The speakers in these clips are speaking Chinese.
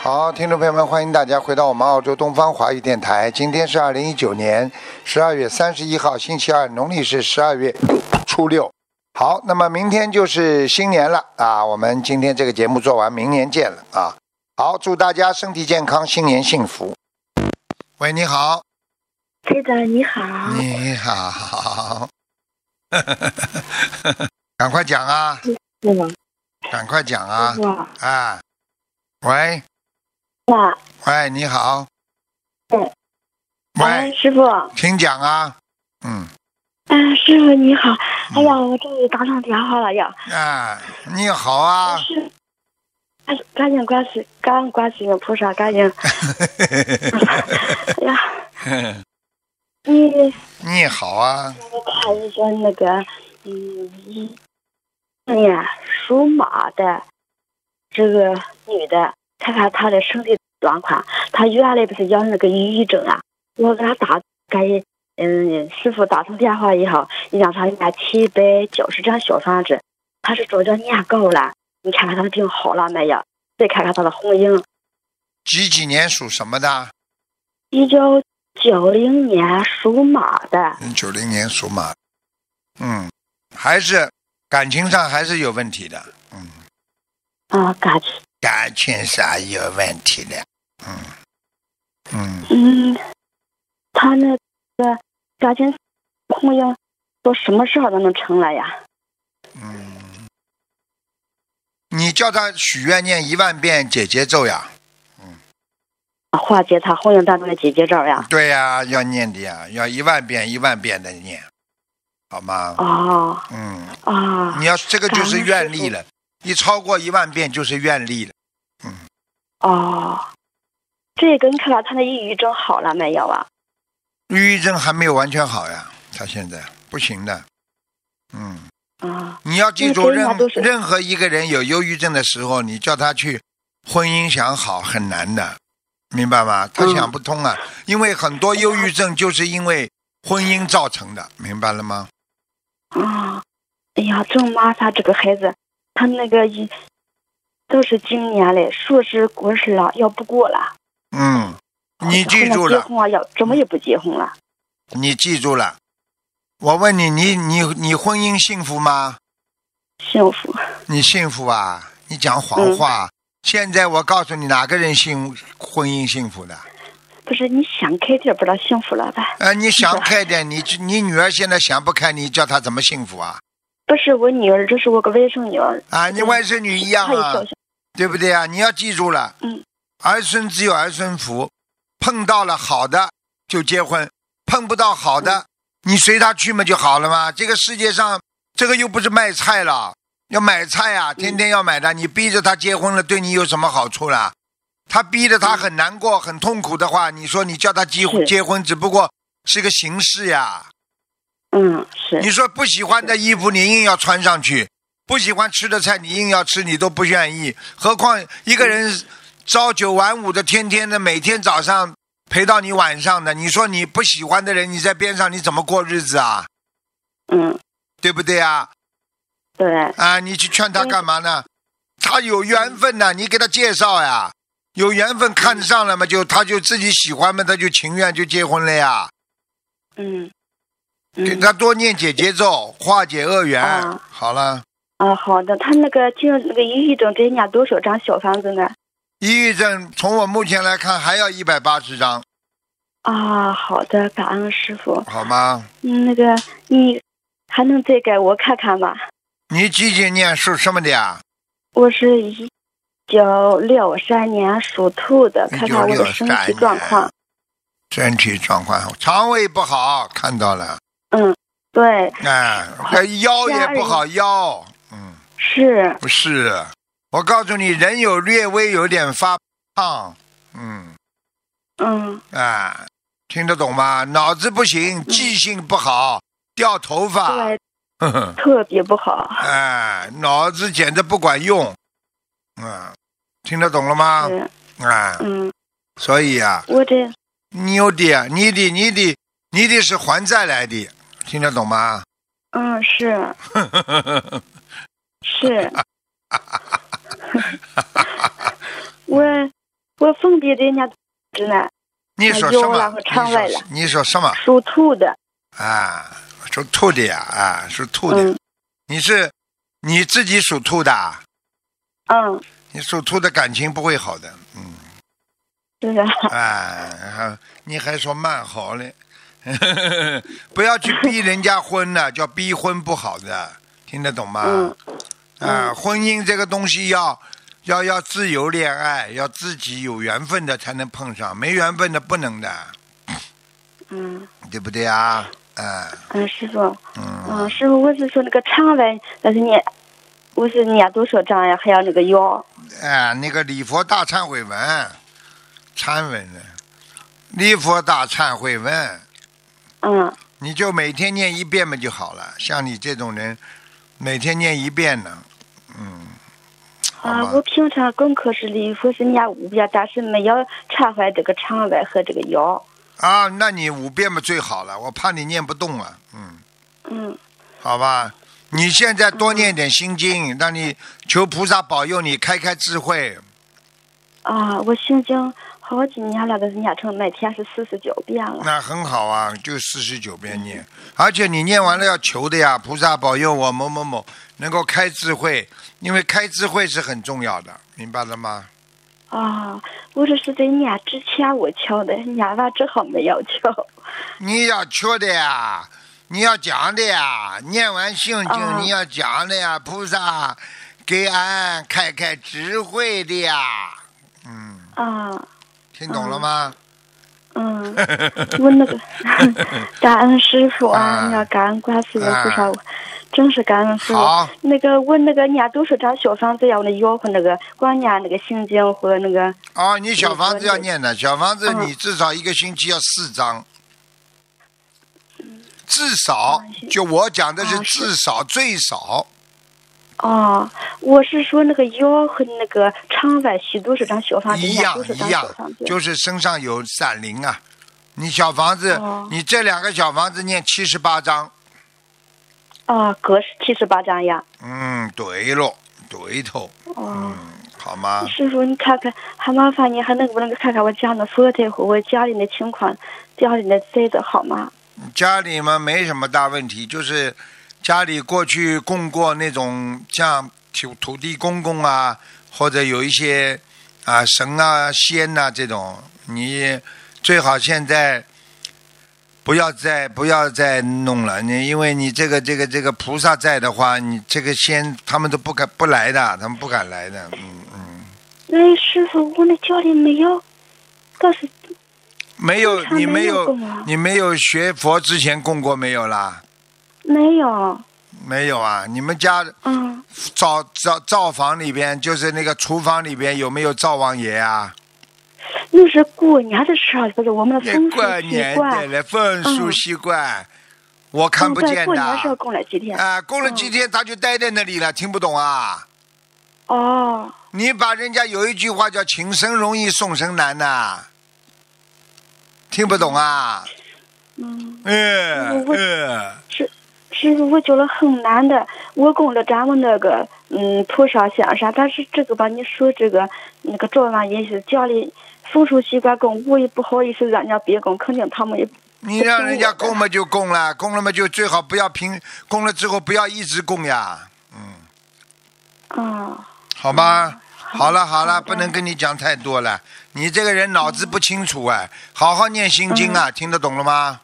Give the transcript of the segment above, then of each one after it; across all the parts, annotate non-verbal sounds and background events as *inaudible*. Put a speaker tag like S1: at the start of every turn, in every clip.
S1: 好，听众朋友们，欢迎大家回到我们澳洲东方华语电台。今天是二零一九年十二月三十一号，星期二，农历是十二月初六。好，那么明天就是新年了啊！我们今天这个节目做完，明年见了啊！好，祝大家身体健康，新年幸福。喂，你好，
S2: 台长你好，
S1: 你好， *laughs* 赶快讲啊，
S2: 是吗？
S1: 赶快讲啊
S2: 师，傅，
S1: 啊，喂，
S2: 哇，
S1: 喂，你好，
S2: 嗯哎，
S1: 喂，
S2: 师傅，啊，
S1: 请讲啊，嗯，
S2: 师傅你好，哎呀，我终于打上电话了呀，
S1: 啊，你好
S2: *laughs*
S1: 啊，
S2: 是，哎，赶紧关心，赶紧关心菩萨，赶紧，
S1: *laughs*
S2: 哎呀，
S1: *laughs*
S2: 你
S1: 你好啊，
S2: 看一下那个，嗯，一，哎呀，属马的这个女的，看看她的身体状况。她原来不是养那个抑郁症啊，我给她打，给嗯师傅打通电话以后，你让她念七百九十张小房子，她是中着念够了，你看看她的病好了没有？再看看她的婚姻。
S1: 几几年属什么的？
S2: 一九九零年属马的，
S1: 九零年属马，嗯，还是感情上还是有问题的，嗯，
S2: 啊、感情，
S1: 感情上有问题的，嗯，嗯，
S2: 嗯，他那个感情婚姻做什么时候才能成了呀？
S1: 嗯，你叫他许愿念一万遍解结咒呀？
S2: 啊化解他婚姻当中的姐姐咒呀？
S1: 对呀、要念的呀，要一万遍一万遍的念，好吗？
S2: 哦
S1: 嗯，
S2: 啊
S1: 你要这个就是
S2: 感
S1: 愿
S2: 恩师父
S1: 力了，一超过一万遍就是愿力了。
S2: 哦，这个你看看他的抑郁症好了没有啊？
S1: 抑郁症还没有完全好呀，他现在不行的。嗯，
S2: 啊
S1: 你要记住，
S2: 因为
S1: 任
S2: 大家都是
S1: 任何一个人有忧郁症的时候，你叫他去婚姻想好很难的，明白吗？他
S2: 嗯
S1: 想不通啊，因为很多忧郁症就是因为婚姻造成的，明白了吗？
S2: 啊！哎呀，郑妈她这个孩子，她那个一都是今年嘞，硕士过世了，要不过了。
S1: 嗯，你记住
S2: 后来结
S1: 了，
S2: 婚啊，要怎么也不结婚了？
S1: 你记住了。我问你，你你你婚姻幸福吗？
S2: 幸福 *laughs*
S1: 你幸福啊？你讲谎话。现在我告诉你，哪个人幸婚姻幸福的？
S2: 不是你想开点，不知道幸福了呗？
S1: 呃，你想开点，你你女儿现在想不开，你叫她怎么幸福啊？
S2: 不是我女儿，这是我个外甥女儿。
S1: 啊，你
S2: 嗯
S1: 外甥女一样
S2: 她也
S1: 啊
S2: 叫，小
S1: 对不对啊？你要记住了，
S2: 嗯，
S1: 儿孙自有儿孙福，碰到了好的就结婚，碰不到好
S2: 嗯
S1: 的，你随他去嘛就好了嘛。这个世界上，这个又不是卖菜了，要买菜
S2: 嗯
S1: 啊，天天要买的，你逼着他结婚了，对你有什么好处啦？他逼着他很难过、很痛苦的话，你说你叫他结
S2: 嗯是
S1: 结婚，只不过是个形式呀。
S2: 嗯， *laughs* 是
S1: 你说不喜欢的衣服你硬要穿上去，不喜欢吃的菜你硬要吃，你都不愿意。何况一个人朝九晚五的，天天的，每天早上陪到你晚上的，你说你不喜欢的人，你在边上你怎么过日子啊？
S2: 嗯，
S1: 对不对啊？
S2: 对，
S1: 啊，你去劝他干嘛呢？他有缘分呐、你给他介绍呀。有缘分看上了嘛，就他就自己喜欢嘛，他就情愿就结婚了呀。
S2: 嗯，
S1: 给
S2: 嗯，
S1: 他多念姐姐咒，化解恶缘
S2: 啊，
S1: 好了。
S2: 啊，好的，他那个就那个抑郁症，给人家多少张小房子呢？
S1: 抑郁症从我目前来看还要一百八十张，
S2: 啊，好的，感恩师傅。
S1: 好吗？
S2: 嗯，那个你还能再给我看看吗？
S1: 你几几年属什么的呀？
S2: 我是一九六三年属兔的，看看我的身体状况。
S1: 身体状况，肠胃不好，看到了，
S2: 对，
S1: 哎，腰也不好，腰，嗯，
S2: 是，
S1: 不是，我告诉你，人有略微有点发胖，嗯，
S2: 嗯，
S1: 哎，听得懂吗？脑子不行，记性不好，掉头发，
S2: 对，
S1: 呵呵，
S2: 特别不好。
S1: 哎，脑子简直不管用，嗯，听得懂了吗？
S2: 对，
S1: 哎，
S2: 嗯，
S1: 所以啊，
S2: 我这，
S1: 你有的，你的，你的，你的是还债来的，听得懂吗？ *laughs*
S2: 嗯，是。 *laughs* 是，我我封闭人家只呢，
S1: 你说什
S2: 哎呦
S1: 么
S2: 然后？唱歪
S1: 你
S2: 了
S1: 说你说什么？
S2: 属兔的，
S1: 啊，属兔的呀，啊，属兔的。
S2: 嗯
S1: 你是你自己属兔的啊，
S2: 嗯，
S1: 你属兔的感情不会好的，嗯，
S2: 是啊， *laughs*
S1: 啊，然后你还说慢好嘞， *laughs* 不要去逼人家婚了，叫逼婚不好的，听得懂吗？
S2: 嗯
S1: 啊，婚姻这个东西要要要自由恋爱，要自己有缘分的才能碰上，没缘分的不能的，
S2: 嗯
S1: 对不对啊？啊，
S2: 嗯，师傅，
S1: 嗯，
S2: 嗯，师傅，我是说那个肠胃，但是你，我是念多少章呀？还有那个药，
S1: 哎，那个礼佛大忏悔文，忏文呢，礼佛大忏悔文，
S2: 嗯
S1: 你就每天念一遍嘛就好了。像你这种人，每天念一遍呢，嗯，好
S2: 啊，
S1: 吧
S2: 我，平常功课是礼佛是念五遍，但是没有忏悔这个肠胃和这个药，
S1: 啊，那你五遍嘛最好了，我怕你念不动啊，嗯，
S2: 嗯
S1: 好吧，你现在多念点心经，让你求菩萨保佑你开开智慧，
S2: 啊，我心经好几年了，但是念成每天是四十九遍了。
S1: 那很好啊，就四十九遍念，而且你念完了要求的呀，菩萨保佑我某某某能够开智慧，因为开智慧是很重要的，明白了吗？
S2: 啊，我这是在念之前我敲的，念完之后没有敲。
S1: 你要求的呀，你要讲的呀，念完心经
S2: 哦
S1: 你要讲的呀，菩萨给俺开开智慧的呀，嗯，
S2: 啊，
S1: 听懂了吗？
S2: 嗯，我那个感恩师傅
S1: 啊
S2: 啊，要感恩观世音菩萨，
S1: 啊
S2: 我真是感恩师傅。
S1: 好，
S2: 那个我那个念多少张小房子呀？我那吆喝那个光念那个心经和那个
S1: *laughs* 哦，你小房子要
S2: 那个
S1: 念的，小房子
S2: 嗯
S1: 你至少一个星期要四张，至少
S2: 嗯是
S1: 就我讲的是
S2: 哦嗯是
S1: 至少最少
S2: 哦，我是说那个腰和那个肠外许多少张小房子，
S1: 一
S2: 念
S1: 样
S2: 多少
S1: 一
S2: 张
S1: 样
S2: 小房，子？
S1: 就是身上有闪灵啊。你小房子
S2: 哦，
S1: 你这两个小房子念七十八张，
S2: 啊，各是七十八张呀。
S1: 嗯，对了，对头，
S2: 哦。
S1: 嗯，好吗？
S2: 师傅，你看看，还麻烦你还能不能看看我家那佛台和我家里的情况，家里的宅子好吗？
S1: 家里嘛没什么大问题，就是家里过去供过那种像土土地公公啊，或者有一些啊神啊仙呐、这种，你最好现在不要再不要再弄了，你因为你这个这个这个菩萨在的话，你这个仙他们都不敢不来的，他们不敢来的，嗯嗯，
S2: 那师傅，我那家里没有，但是
S1: 没有
S2: 他
S1: 你
S2: 没
S1: 没
S2: 有
S1: 有
S2: 供啊
S1: 你没有学佛之前供过没有啦？
S2: 没有。
S1: 没有啊，你们家。
S2: 嗯，
S1: 灶灶灶房里边，就是那个厨房里边有没有灶王爷啊？
S2: 那是过年的时候，不是我们的风俗
S1: 过
S2: 习
S1: 年的
S2: 惯。
S1: 了，风俗习惯，我看不
S2: 嗯在
S1: 见
S2: 过年时候
S1: 的。
S2: 供了几天。
S1: 啊，供了几天他就待在那里了，听不懂啊？
S2: 哦，
S1: 你把人家有一句话叫“请神容易送神难”呐，听不懂啊？
S2: 嗯，
S1: 嗯
S2: 我
S1: 嗯，
S2: 师师傅，我觉得很难的。我供了咱们那个嗯菩萨像啥，但是这个吧，你说这个那个赵王爷是家里风俗习惯供，我也不好意思让人家别供，肯定他们也
S1: 你让人家供嘛就供了，供了嘛就最好不要平，供了之后不要一直供呀，嗯。
S2: 啊
S1: 好吧，好了好了，
S2: 好的
S1: 不能跟你讲太多了。你这个人脑子不清楚啊，好好念心经啊，听得懂了吗？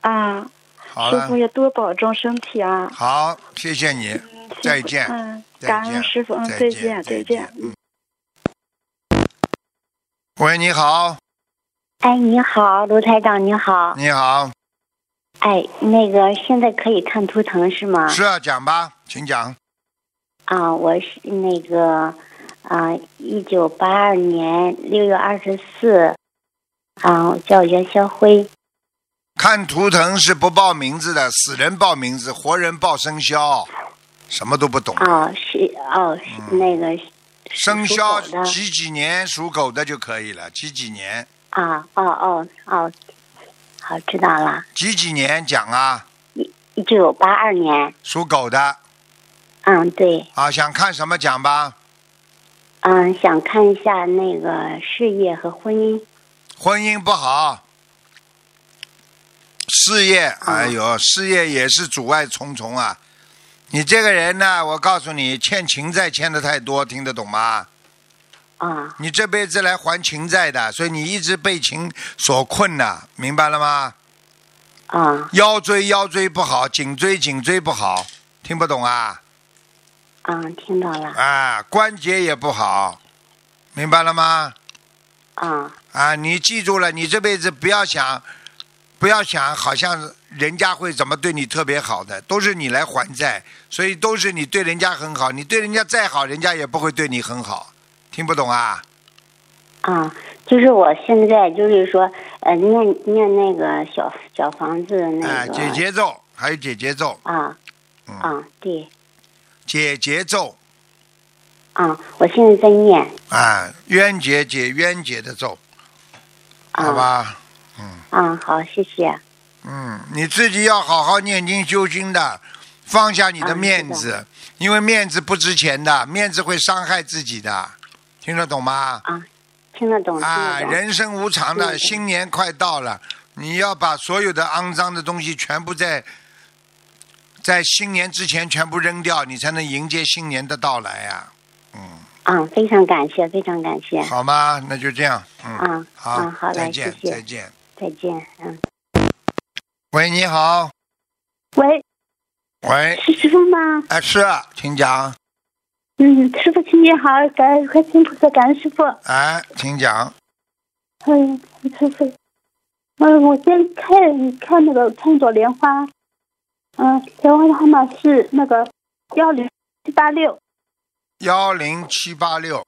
S2: 啊，
S1: 好
S2: 师
S1: 了
S2: 傅，也多保重身体啊。
S1: 好，谢谢你，
S2: 嗯师傅
S1: 再见
S2: 嗯，
S1: 再
S2: 感
S1: 见
S2: 恩师傅，嗯，
S1: 再
S2: 再
S1: 见再
S2: 见，再
S1: 见
S2: 见。。
S1: 嗯喂，你好，
S3: 哎，你好，卢台长，你好。
S1: 你好，
S3: 哎，那个现在可以看图腾是吗？
S1: 是啊，讲吧，请讲。
S3: 啊，我是那个啊，一九八二年六月二十四，啊，叫袁肖辉。
S1: 看图腾是不报名字的，死人报名字，活人报生肖，什么都不懂。
S2: 啊
S3: 哦，是哦，是那个
S1: 生肖
S3: 属狗的
S1: 几几年属狗的就可以了，几几年，
S3: 啊，哦哦哦，好，知道了。
S1: 几几年讲啊，
S3: 一九八二年，
S1: 属狗的
S3: 嗯，对，
S1: 啊，想看什么讲吧。
S3: 嗯、想看一下那个事业和婚姻。
S1: 婚姻不好，事业，哎呦，事业也是阻碍重重啊！你这个人呢，我告诉你，欠情债欠的太多，听得懂吗？
S3: 啊
S1: 你这辈子来还情债的，所以你一直被情所困呐、明白了吗？
S3: 啊
S1: 腰椎腰椎不好，颈椎颈椎不好，听不懂啊？
S3: 啊！听到了
S1: 啊，关节也不好，明白了吗？
S3: 啊
S1: 啊，你记住了，你这辈子不要想，不要想，好像人家会怎么对你特别好的，都是你来还债，所以都是你对人家很好，你对人家再好，人家也不会对你很好，听不懂啊？
S3: 啊！就是我现在就是说，呃，念念那个小小房子那
S1: 哎，
S3: 个
S1: 解节奏，还有解节奏，
S3: 啊
S1: 嗯
S3: 啊对
S1: 解节奏
S3: 啊！我现在在念
S1: 啊，冤结解冤结的咒，好
S3: 啊
S1: 吧？
S3: 啊好，谢谢
S1: 嗯，你自己要好好念经修心的，放下你的
S3: 嗯
S1: 面
S3: 是的
S1: 子，因为面子不值钱的，面子会伤害自己的，听得懂吗？
S3: 听得嗯懂听
S1: 啊，
S3: 得懂嗯
S1: 人生无常
S3: 对
S1: 的，
S3: 对
S1: 新年快到了，你要把所有的肮脏的东西全部在在新年之前全部扔掉，你才能迎接新年的到来呀、
S3: 啊！非常感谢，非常感谢
S1: 好吗？那就这样，嗯，
S3: 啊
S1: 好，
S3: 啊！好
S1: 再
S3: 嘞，谢
S1: 见，再
S3: 谢，
S1: 见。
S3: 再见，嗯。
S1: 喂，你好，
S2: 喂，
S1: 喂，
S2: 是师傅吗？
S1: 啊，是，请讲，
S2: 嗯，师傅，请你好，感恩快请菩萨，感恩师傅。
S1: 哎，请讲，
S2: 嗯，师傅，嗯，我先看看那个看一朵莲花，嗯，莲花的号码是那个幺零七八六，
S1: 幺零七八六，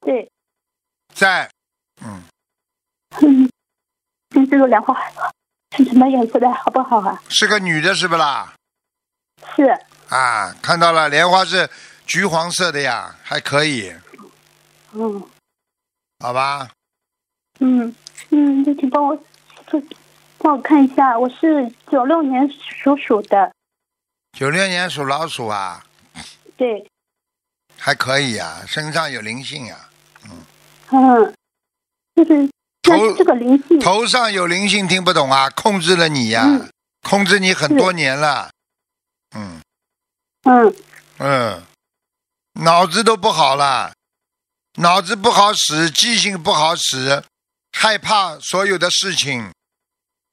S2: 对，
S1: 在，嗯，
S2: 嗯，嗯，这朵莲花是什么颜色的，好不好啊？
S1: 是个女的，是不啦？
S2: 是，
S1: 啊，看到了，莲花是橘黄色的呀，还可以，
S2: 嗯
S1: 好吧？
S2: 嗯嗯，那请帮我，这帮我看一下，我是九六年属鼠的，
S1: 九六年属老鼠啊，
S2: 对，
S1: 还可以啊，身上有灵性啊，
S2: 嗯，就是
S1: 头
S2: 这这个灵性，
S1: 头上有灵性，听不懂啊，控制了你呀、
S2: 嗯
S1: 控制你很多年了，嗯
S2: 嗯
S1: 嗯，脑子都不好了，脑子不好使，记性不好使，害怕所有的事情，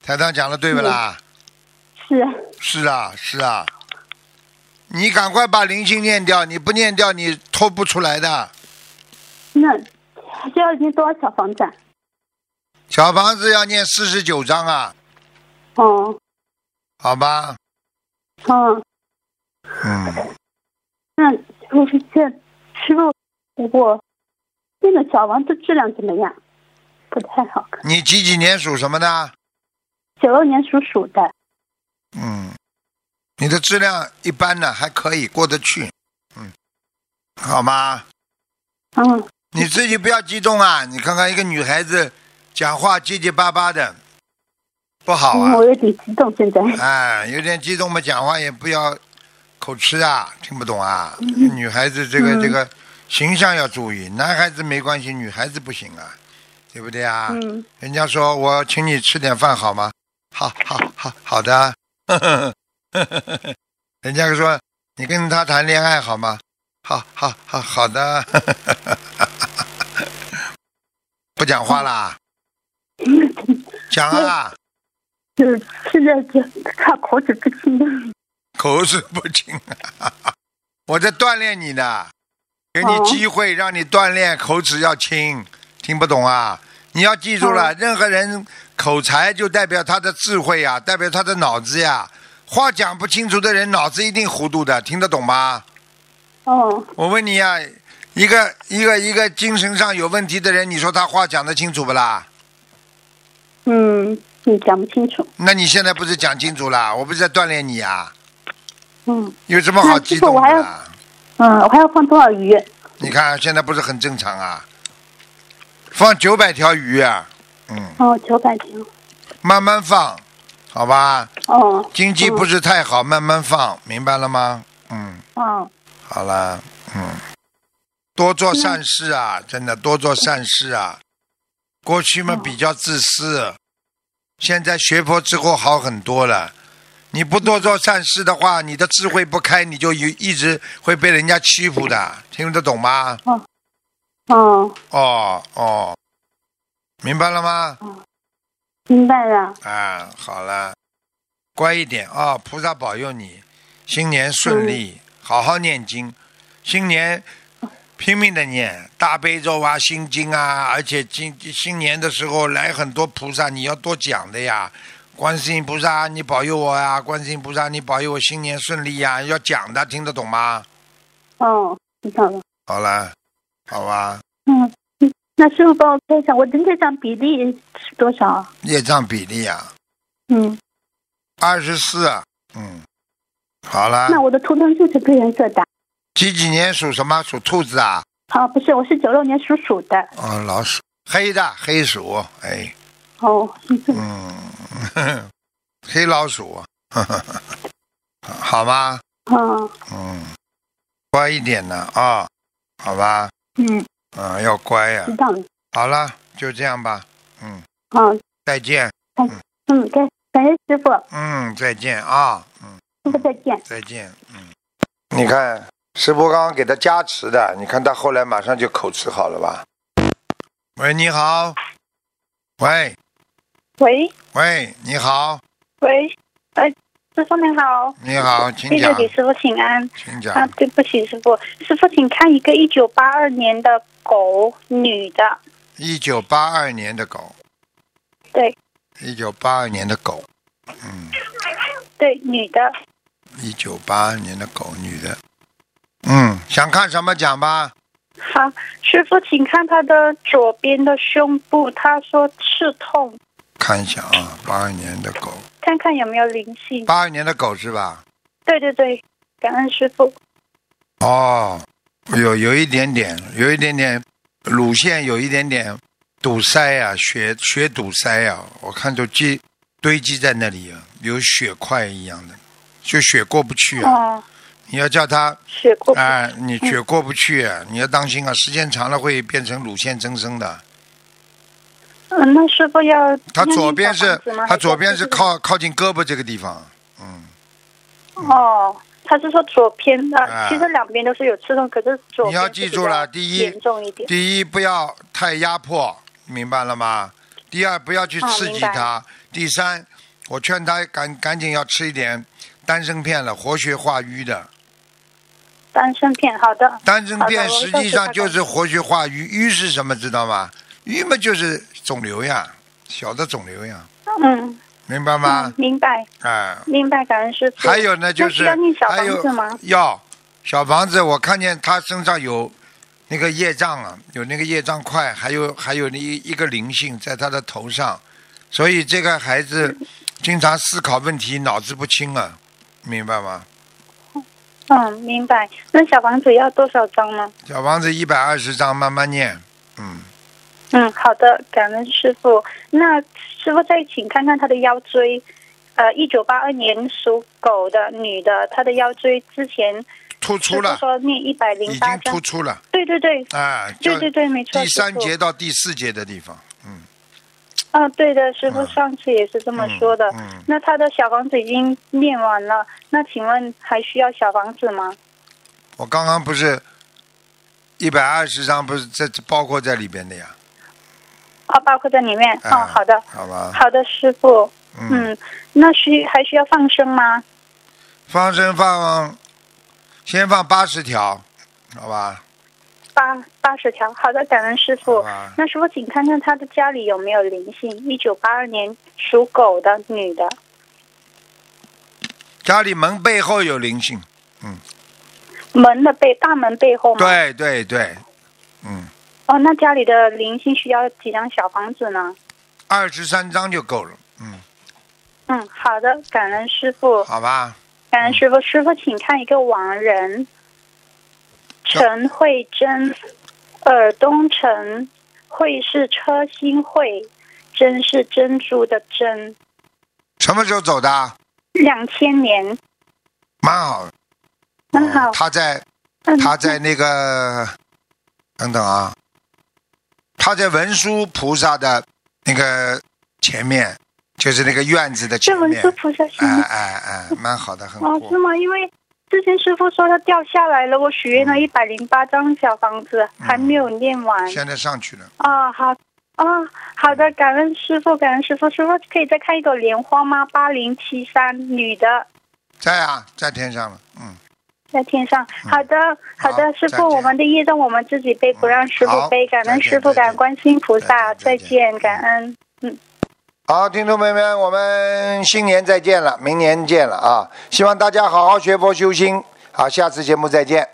S1: 台上讲的对不啦？
S2: 是，
S1: 是啊，是啊，你赶快把灵性念掉，你不念掉你脱不出来的。
S2: 那这要念多少小房子啊？
S1: 小房子要念四十九章啊，
S2: 哦
S1: 好吧？
S2: 哦。
S1: 嗯。
S2: 那我是这师傅，我那个小王子质量怎么样？不太好看。
S1: 你几几年属什么的？
S2: 九六年属鼠的，
S1: 嗯，你的质量一般呢，还可以过得去。嗯，好吗？
S2: 嗯
S1: 你自己不要激动啊！你看看一个女孩子讲话结结巴巴的，不好
S2: 嗯，
S1: 啊
S2: 我！有点激动，现在
S1: 哎，有点激动嘛，讲话也不要口吃啊，听不懂啊！女孩子这个、
S2: 嗯
S1: 这个形象要注意，男孩子没关系，女孩子不行啊，对不对啊？
S2: 嗯
S1: 人家说我请你吃点饭好吗？好，好，好，好的。啊 *laughs* 人家说你跟他谈恋爱好吗？好，好，好，好的。啊 *laughs* 不讲话啦，
S2: 嗯
S1: 讲啊，
S2: 就是现在就 *laughs* 靠口齿不清。
S1: *laughs* 口齿不清啊！ *laughs* 我在锻炼你呢，给你机会让你锻炼口齿要清，听不懂啊？你要记住了，任何人口才就代表他的智慧呀、代表他的脑子呀、话讲不清楚的人脑子一定糊涂的，听得懂吗？
S2: 哦，
S1: 我问你呀、一个一个一个精神上有问题的人，你说他话讲得清楚不啦？
S2: 嗯，你讲不清楚。
S1: 那你现在不是讲清楚啦？我不是在锻炼你呀、
S2: 嗯
S1: 有什么好
S2: 那
S1: 激
S2: 师傅
S1: 动的
S2: 我还要
S1: 啦？
S2: 嗯，我还要放多少鱼？
S1: 你看现在不是很正常啊？放九百条鱼啊，嗯，
S2: 哦，九百斤。
S1: 慢慢放，好吧？
S2: 哦
S1: 经济不是太嗯好，慢慢放，明白了吗？嗯，
S2: 哦，
S1: 好啦，嗯，多做善事啊，真的多做善事啊。过去嘛比较自私，现在学佛之后好很多了。你不多做善事的话，你的智慧不开，你就一一直会被人家欺负的，听得懂吗？
S2: 哦，
S1: 哦哦，明白了吗？
S2: 明白了，
S1: 啊，好了，乖一点啊、菩萨保佑你，新年顺利，好好念经，新年拼命的念大悲咒啊、心经啊，而且今新年的时候来很多菩萨，你要多讲的呀。观世音菩萨，你保佑我呀、观世音菩萨，你保佑我新年顺利呀、要讲的，听得懂吗？
S2: 哦，知道了。
S1: 好了，好吧。
S2: 嗯，那师傅帮我看一下，我的这张比例是多少？
S1: 业障比例啊，
S2: 嗯，
S1: 二十四。嗯，好了。
S2: 那我的图腾就是个人色的。
S1: 几几年属什么？属兔子啊？
S2: 啊，不是，我是九六年属鼠的。
S1: 哦，老鼠，黑的黑鼠，哎，
S2: 哦，
S1: 嗯， *laughs* 呵呵黑老鼠， *laughs* 呵呵呵好吗？
S2: 嗯
S1: 嗯，乖一点呢啊、好吧，
S2: 嗯，
S1: 嗯，要乖呀、
S2: 知道了。
S1: 好了，就这样吧，嗯，
S2: 啊，
S1: 再见，
S2: 嗯，感感谢师傅，
S1: 嗯，再见啊，嗯，
S2: 师傅再见。
S1: 再见，嗯。你看，师傅刚刚给他加持的，你看他后来马上就口吃好了吧？喂，你好，喂
S4: 喂
S1: 喂，你好，
S4: 喂，呃，
S2: 哎
S4: 师傅您好，
S1: 你好，请
S4: 弟子
S1: 讲，
S4: 给师傅请安
S1: 请
S4: 啊
S1: 讲，，
S4: 对不起师傅，师傅请看一个一九八二年的狗女的，
S1: 一九八二年的狗，
S4: 对
S1: 一九八二年的狗，嗯，
S4: 对女的，
S1: 一九八二年的狗，女的，嗯，想看什么讲吧？
S4: 好，师傅请看她的左边的胸部，她说刺痛，
S1: 看一下啊，八二年的狗，
S4: 看看有没有灵性。
S1: 八二年的狗是吧？
S4: 对对对，感恩师傅。
S1: 哦，有有一点点，有一点点乳腺有一点点堵塞呀、血血堵塞呀、我看都积堆积在那里啊，有血块一样的，就血过不去啊。
S4: 哦，
S1: 你要叫他
S4: 学过。
S1: 哎、你血过不去，你要当心啊！时间长了会变成乳腺增生的。
S4: 嗯，那师傅要
S1: 它
S4: 念
S1: 左
S4: 小
S1: 边是
S4: 房子吗，
S1: 它左边是。
S4: 还
S1: 靠靠近胳膊这个地方，嗯，
S4: 哦，他是说左边的，
S1: 哎
S4: 其实两边都是有刺痛，可是左
S1: 你
S4: 边
S1: 要
S4: 是
S1: 记
S4: 比
S1: 住了
S4: 较
S1: 第一
S4: 严重一点。
S1: 第一不要太压迫，明白了吗？第二不要去
S4: 哦
S1: 刺激
S4: 明白
S1: 它。第三，我劝他赶赶紧要吃一点丹参片了，活血化瘀的。
S4: 丹参片，好的，
S1: 丹参片
S4: 哦好的我
S1: 实际
S4: 上
S1: 上
S4: 次
S1: 就是活血化瘀，瘀是什么知道吗？瘀嘛就是肿瘤呀，小的肿瘤呀，
S4: 嗯，
S1: 明白吗
S4: 嗯？明白，
S1: 哎、
S4: 明白，感恩师傅。
S1: 还有呢，就
S4: 那
S1: 是
S4: 要念小
S1: 还
S4: 房
S1: 有
S4: 子吗？
S1: 要小房子，我看见他身上有那个业障啊，有那个业障块，还有还有一一个灵性在他的头上，所以这个孩子
S4: 嗯
S1: 经常思考问题，脑子不清啊，明白吗？
S4: 嗯，明白。那小房子要多少张呢？
S1: 小房子一百二十章，慢慢念，嗯，
S4: 嗯，好的，感恩师傅。那师傅再请看看他的腰椎，呃，一九八二年属狗的女的，她的腰椎之前
S1: 突
S4: 师
S1: 出
S4: 傅
S1: 了，
S4: 说念一百
S1: 已
S4: 零八
S1: 经突
S4: 张，
S1: 出了，
S4: 对对对，
S1: 啊，
S4: 对
S1: 就
S4: 对对，没错。
S1: 第三
S4: 师傅
S1: 节到第四节的地方，嗯，
S4: 啊，对的，师傅
S1: 嗯
S4: 上次也是这么
S1: 嗯
S4: 说的。
S1: 嗯，
S4: 那他的小房子已经念完了，那请问还需要小房子吗？
S1: 我刚刚不是一百二十章，不是这这包括在里边的呀，
S4: 啊，包括在里面。
S1: 啊
S4: 哦，好的，
S1: 好吧，
S4: 好的，师傅。嗯，那需还需要放生吗？
S1: 放生放，先放八十条，好吧？
S4: 八八十条。好的，感恩师
S1: 好
S4: 傅。
S1: 吧。
S4: 那师傅，请看看他的家里有没有灵性？一九八二年属狗的女的，
S1: 家里门背后有灵性，
S4: 门的背大门背后吗？。
S1: 对对对，嗯，
S4: 哦，那家里的灵性需要几张小房子呢？
S1: 二十三张就够了，嗯，
S4: 嗯，好的，感恩师傅。
S1: 好吧？
S4: 感恩师傅，师傅请看一个亡人，陈慧珍，尔东陈，慧是车心慧，珍是珍珠的珍，
S1: 什么时候走的？
S4: 两千年，
S1: 哦蛮好的，
S4: 很好，
S1: 他在
S4: 嗯
S1: 他在那个等等啊，他在文殊菩萨的那个前面，就是那个院子的前
S4: 是文
S1: 面
S4: 殊。菩萨
S1: 哎
S4: 像吗？
S1: 哎哎，蛮好的，很
S4: 哦，是
S1: 酷。
S4: 吗？因为之前师傅说他掉下来了，我许愿
S1: 嗯
S4: 了一百零八张小房子，还没有念完。
S1: 现在上去了，
S4: 啊，好，啊，好
S1: 嗯
S4: 的，感恩师傅，感恩师傅，师傅可以再看一朵莲花吗？八零七三，女的，
S1: 在啊，在天上了。嗯，
S4: 在天上。好的，好
S1: 好
S4: 的，师
S1: 再
S4: 傅，
S1: 见嗯
S4: 我们的业障我们自己背，不让师
S1: 好
S4: 傅背。感
S1: 再
S4: 恩
S1: 见
S4: 师傅，
S1: 再
S4: 感
S1: 见
S4: 恩观世音菩萨，
S1: 再
S4: 再
S1: 见
S4: 见，感恩。
S1: 好，听众朋友们，我们新年啊再见了，明年见了啊！希望大家好好学佛修心。好，下次节目再见。